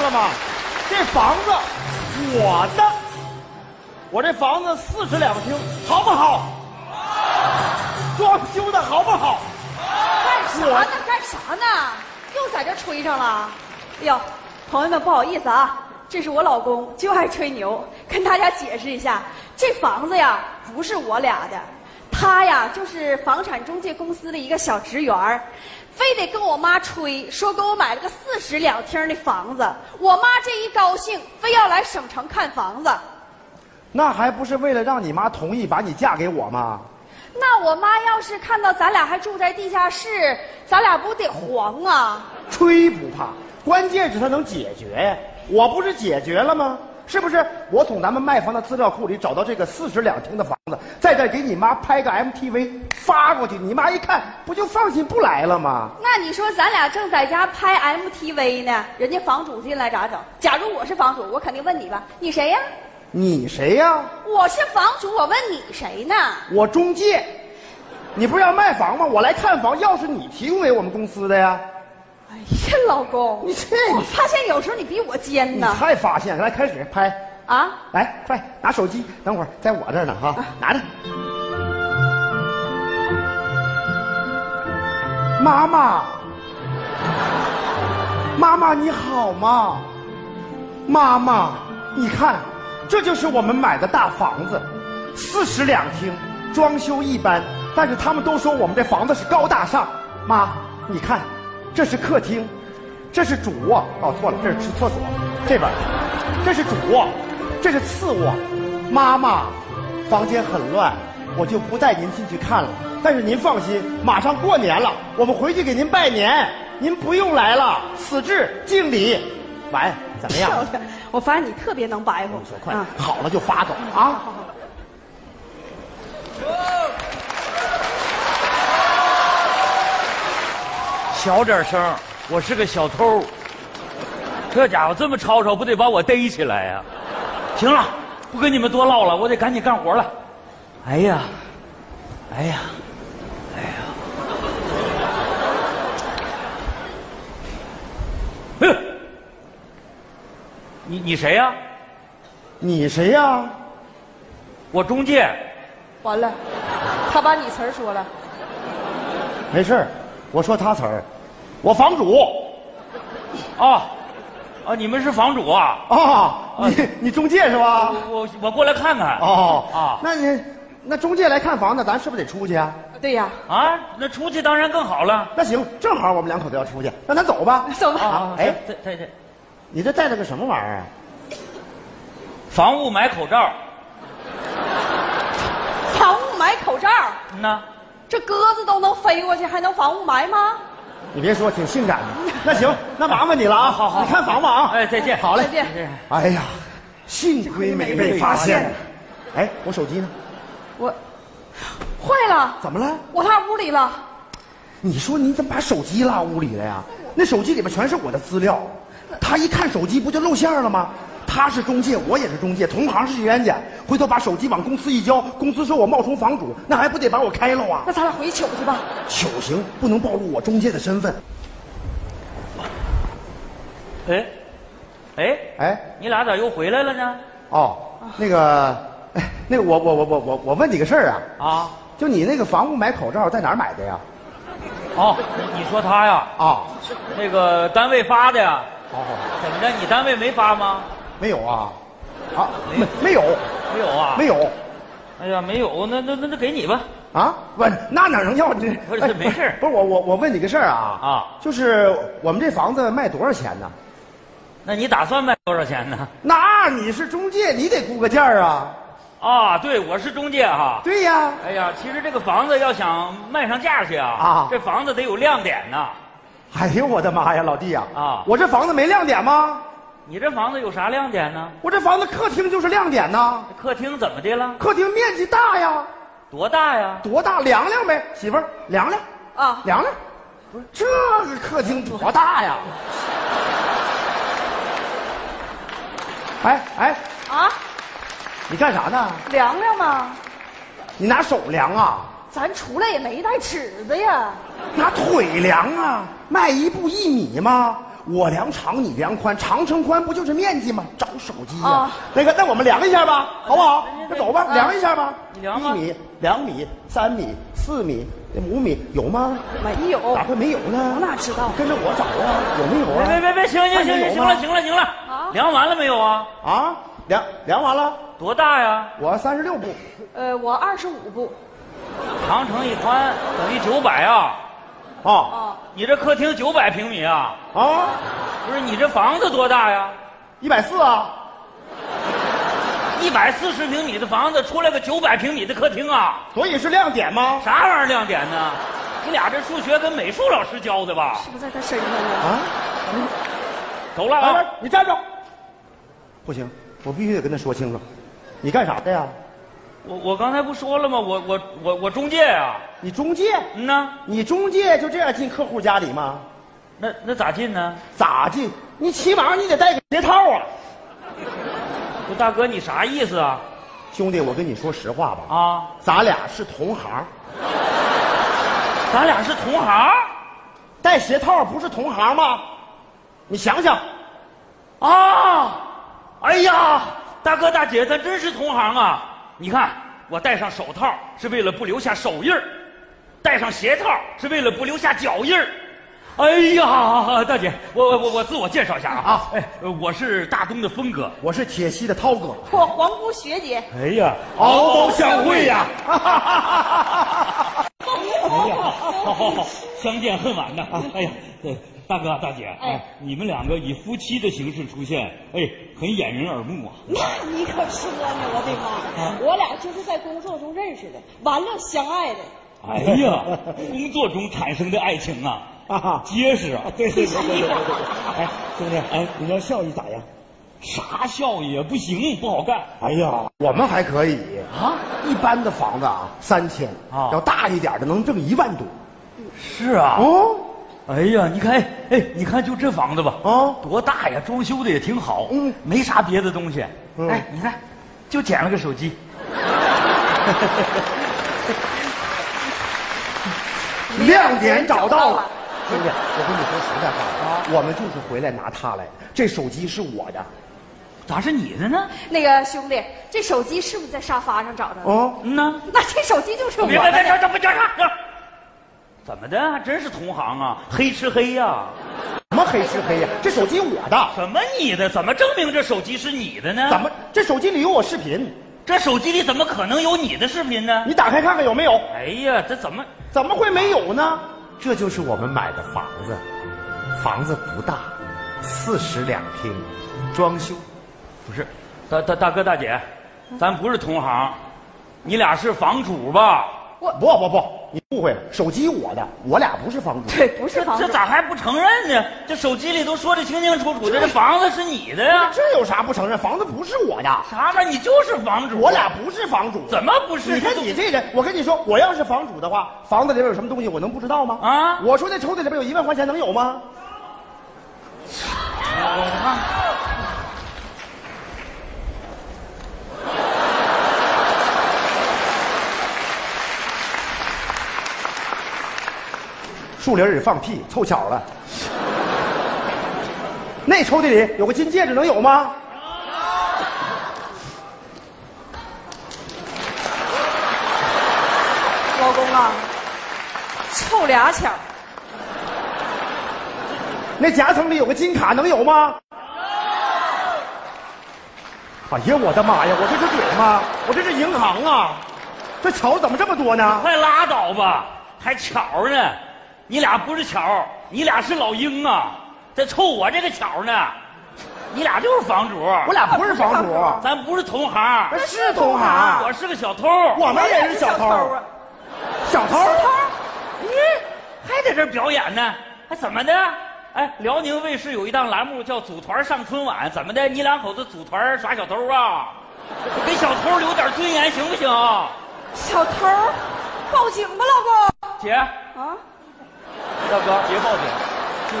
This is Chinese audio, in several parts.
了吗？这房子我的，我这房子四室两厅，好不好？装修的好不好？干啥呢？干啥呢？又在这吹上了。哎呦，朋友们，不好意思啊，这是我老公，就爱吹牛。跟大家解释一下，这房子呀不是我俩的，他呀就是房产中介公司的一个小职员儿非得跟我妈吹，说给我买了个四室两厅的房子。我妈这一高兴，非要来省城看房子。那还不是为了让你妈同意把你嫁给我吗？那我妈要是看到咱俩还住在地下室，咱俩不得黄啊？吹不怕，关键是它能解决呀。我不是解决了吗？是不是？我从咱们卖房的资料库里找到这个四室两厅的房子，在这儿给你妈拍个 MTV 发过去，你妈一看不就放心不来了吗？那你说咱俩正在家拍 MTV 呢，人家房主进来咋整？假如我是房主，我肯定问你吧，你谁呀？你谁呀、我是房主，我问你谁呢？我中介。你不是要卖房吗？我来看房，钥匙你提供给我们公司的呀。哎呀，老公，你这我发现有时候你比我尖你呢。太发现了，来开始拍，啊，来快拿手机，等会儿在我这儿呢哈，拿着。妈妈，妈妈你好吗？妈妈，你看，这就是我们买的大房子，四室两厅，装修一般，但是他们都说我们这房子是高大上。妈，你看，这是客厅，这是主卧，哦错了，这是厕所，这边，这是主卧，这是次卧。妈妈，房间很乱，我就不带您进去看了。但是您放心，马上过年了，我们回去给您拜年，您不用来了。此致敬礼，完怎么样？漂亮！ 我发现你特别能白活你说。快啊，好了就发走啊！小点声儿，我是个小偷。这家伙这么吵吵，不得把我逮起来呀、行了，不跟你们多唠了，我得赶紧干活了。哎呀，哎呀，哎呀，哼，哎你你谁呀、你谁呀、我中介。完了，他把你词儿说了。没事儿我说他词儿，我房主啊，啊，你们是房主啊？啊，啊你你中介是吧？我我我过来看看。哦啊那你那中介来看房子，咱是不是得出去啊？对呀，啊，那出去当然更好了。那行，正好我们两口子要出去，那咱走吧。走吧。啊，哎哎，这这这，你这带了个什么玩意儿啊？防雾霾口罩，防雾霾口罩，嗯呐，这鸽子都能飞过去，还能防雾霾吗？你别说，挺性感的。那行，那麻烦你了啊！好好你看房吧啊！哎，再见，好嘞再见。哎呀，幸亏没被发现。哎，我手机呢？我坏了，怎么了？我踏屋里了。你说你怎么把手机落屋里了呀？那手机里面全是我的资料，他一看手机不就露馅儿了吗？他是中介，我也是中介，同行是冤家。回头把手机往公司一交，公司说我冒充房主，那还不得把我开了啊？那咱俩回去取去吧。糗行，不能暴露我中介的身份。哎，哎，哎，你俩咋又回来了呢？哦，那个，哎那个我我我我我我问你个事儿啊，啊，就你那个房屋买口罩在哪儿买的呀？哦，你说他呀，啊，那个单位发的呀，哦，怎么着？你单位没发吗？没有啊，啊，没没有没有啊？没。有。哎呀，没有，那那那那给你吧。啊，不，那哪能要你？不是哎没事儿不是我我我问你个事儿啊啊就是我们这房子卖多少钱呢？那你打算卖多少钱呢？那你是中介，你得估个价儿啊。啊，对，我是中介哈、对呀，哎呀，其实这个房子要想卖上价去啊，啊这房子得有亮点呐。哎呦我的妈呀，老弟呀、啊我这房子没亮点吗？你这房子有啥亮点呢？我这房子客厅就是亮点呐，这客厅怎么的了？客厅面积大呀，多大呀？多大？量量呗，媳妇儿，量量，啊，量量。不是这个客厅多大呀？ 哎哎，啊，你干啥呢？凉凉吗？你拿手量啊？咱出来也没带尺子呀。拿腿量啊，迈一步一米吗？我量长，你量宽，长乘宽不就是面积吗？找手机呀、哦那个，那我们量一下吧，好不哦好？那走吧，啊量一下吧。嗯你量吧一米、两米、三米、四米、五米，有吗？没有，咋会没有呢？我哪知道跟着我找啊，有没有别啊？哦别别别，行行行行行了行了行啊了，量完了没有啊？啊，量量完了，多大呀？我三十六步，呃，我二十五步，长乘以宽等于九百啊！啊哦，你这客厅九百平米啊？啊，不是，你这房子多大呀？一百四啊，一百四十平米的房子出来个九百平米的客厅啊？所以是亮点吗？啥玩意儿亮点呢？你俩这数学跟美术老师教的吧？是不是在他身上哦啊，呢？走了来啊！来，你站住！不行，我必须得跟他说清楚，你干啥的呀？我我刚才不说了吗？我我我我中介啊！你中介？嗯呐，你中介就这样进客户家里吗？那那咋进呢？咋进？你起码你得带个鞋套啊！不，大哥你啥意思啊？兄弟，我跟你说实话吧，啊，咱俩是同行，咱俩是同行带鞋套不是同行吗？你想想，啊！哎呀，大哥大姐，咱真是同行啊！你看，我戴上手套是为了不留下手印儿，戴上鞋套是为了不留下脚印儿。哎呀，大姐，我我我我自我介绍一下啊啊哎，呃我是大东的峰哥。我是铁西的涛哥，我皇姑学姐，哎呀，嗷嗷相啊会呀、哎呀，好好好，相见恨晚呐！啊哎呀，对，大哥大姐，哎，你们两个以夫妻的形式出现，哎，很掩人耳目啊。那你可说呢，我的妈嗯呀！我俩就是在工作中认识的，完了相爱的。哎呀，工作中产生的爱情啊，啊结实啊！对对对对对哎，兄弟，哎，你这效益咋样？啥效益也不行，不好干哎呀， 我们还可以，啊。一般的房子啊，三千啊要大一点的能挣一万多。是啊，哦，哎呀，你看，哎哎，你看就这房子吧，啊多大呀？装修的也挺好，嗯没啥别的东西。嗯哎，你看，就捡了个手机。亮点找到了了。兄弟，我跟你说实在话啊，我们就是回来拿它来的。这手机是我的。咋是你的呢？那个兄弟，这手机是不是在沙发上找着的？哦，嗯呐。那这手机就是我别别别，的。这这不叫啥？这怎么的？还真是同行啊，黑吃黑呀、什么黑吃黑呀、这手机我的，什么你的？怎么证明这手机是你的呢？怎么？这手机里有我视频？这手机里怎么可能有你的视频呢？你打开看看有没有？哎呀，这怎么？怎么会没有呢？这就是我们买的房子，房子不大，四室两厅，装修。不是，大大大哥大姐，嗯咱不是同行，你俩是房主吧？不不不，你误会了，手机我的，我俩不是房主。对，不是房这主。咋还不承认呢？这手机里都说的清清楚楚的，这房子是你的呀？这有啥不承认？房子不是我的，啥玩意儿？你就是房主。啊我俩不是房主。怎么不是？你看你这人，我跟你说，我要是房主的话，房子里边有什么东西，我能不知道吗？啊我说那抽屉里边有一万块钱，能有吗？我看看。树林里放屁，凑巧了。那抽屉里有个金戒指，能有吗？老公啊，臭俩巧儿，那夹层里有个金卡，能有吗？哎呀，我的妈呀！我这是嘴吗？我这是银行啊！这巧怎么这么多呢？快拉倒吧，还巧呢？你俩不是巧，你俩是老鹰啊，在凑我这个巧呢。你俩就是房主，我俩不是房 主，咱不是同行，咱是同行。我是个小偷。我们也是小偷，啊小偷，你还在这儿表演呢？还怎么的？哎，辽宁卫视有一档栏目叫《组团上春晚》，怎么的？你两口子组团耍小偷啊？给小偷留点尊严行不行？小偷儿，报警吧，老姐，公。啊，大哥，别报警，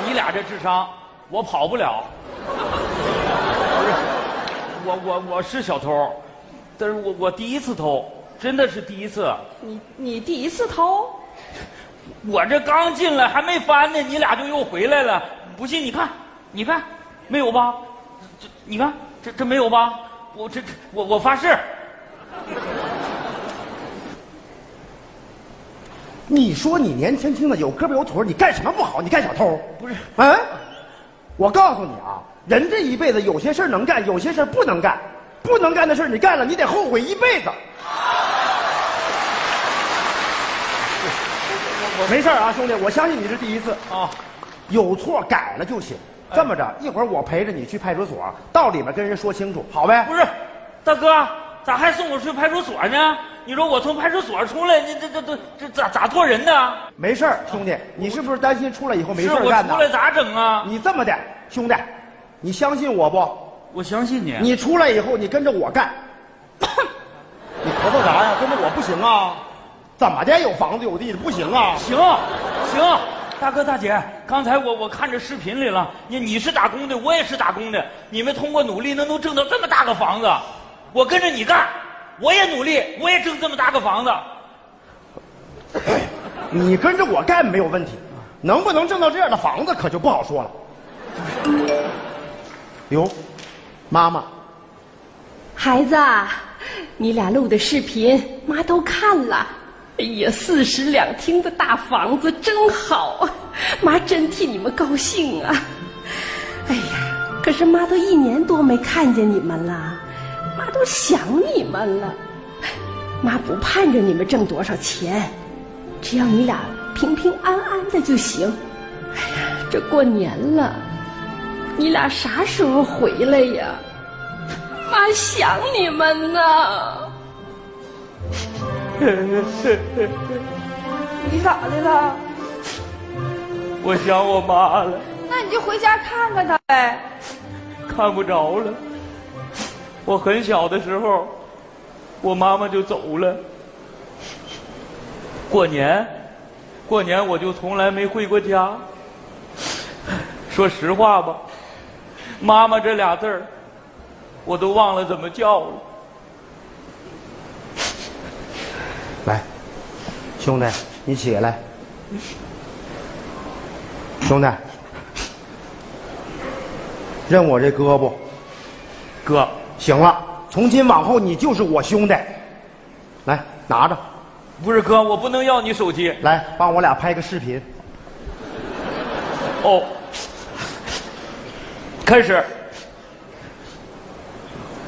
就你俩这智商，我跑不了。不是，我我我是小偷，但是我我第一次偷，真的是第一次。你你第一次偷？我这刚进来还没翻呢，你俩就又回来了。不信你看，你看，没有吧？这你看，这这没有吧？我这这我我发誓，你说你年轻轻的有胳膊有腿儿，你干什么不好？你干小偷？不是嗯，我告诉你啊，人这一辈子有些事儿能干，有些事儿不能干。不能干的事儿你干了，你得后悔一辈子。没事儿啊，兄弟，我相信你是第一次，啊，有错改了就行。哎这么着，一会儿我陪着你去派出所，到里面跟人说清楚，好呗？不是，大哥，咋还送我去派出所呢？你说我从派出所出来，你这这这这咋咋做人呢？没事儿，兄弟，你是不是担心出来以后没是事儿我干呢出？来咋整啊？你这么的，兄弟，你相信我不？我相信你，你啊出来以后，你跟着我干。 你咳嗽啥呀？跟着我不行啊？怎么的？有房子有地的不行啊？行行，大哥大姐，刚才我我看着视频里了，你你是打工的，我也是打工的，你们通过努力能能挣到这么大个房子，我跟着你干，我也努力，我也挣这么大个房子。你跟着我干没有问题，能不能挣到这样的房子可就不好说了。哟，妈妈，孩子啊，你俩录的视频妈都看了。哎呀，四室两厅的大房子真好，妈真替你们高兴啊！哎呀，可是妈都一年多没看见你们了，妈都想你们了。妈不盼着你们挣多少钱，只要你俩平平安安的就行。哎呀，这过年了，你俩啥时候回来呀？妈想你们呢。你咋的了？我想我妈了，那你就回家看看他呗。看不着了。我很小的时候，我妈妈就走了。过年，过年我就从来没回过家。说实话吧，妈妈这俩字儿，我都忘了怎么叫了。来，兄弟，你起来，兄弟，认我这胳膊，哥，行了，从今往后你就是我兄弟。来，拿着，不是哥，我不能要你手机来帮我俩拍个视频。哦。开始，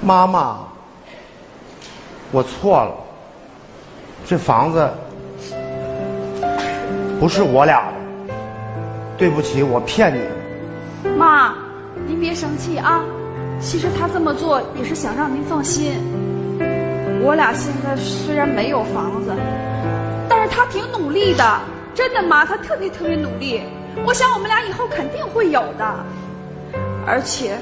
妈妈，我错了，这房子不是我俩的，对不起，我骗你。妈，您别生气啊。其实他这么做也是想让您放心。我俩现在虽然没有房子，但是他挺努力的，真的妈，他特别特别努力。我想我们俩以后肯定会有的。而且，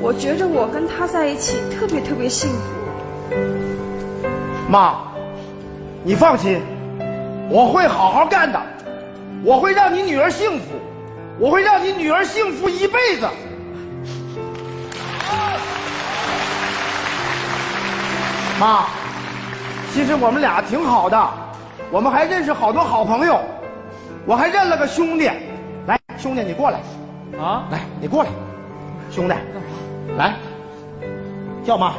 我觉着我跟他在一起特别特别幸福。妈，你放心，我会好好干的，我会让你女儿幸福，我会让你女儿幸福一辈子。妈，其实我们俩挺好的，我们还认识好多好朋友，我还认了个兄弟。来，兄弟你过来，啊，来你过来，兄弟，来，叫妈，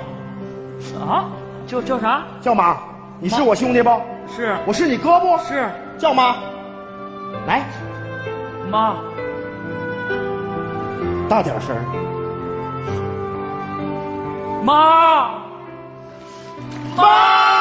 啊，叫叫啥？叫妈，你是我兄弟不？是我是你哥不？是，叫妈，来，妈，大点声儿。妈，妈。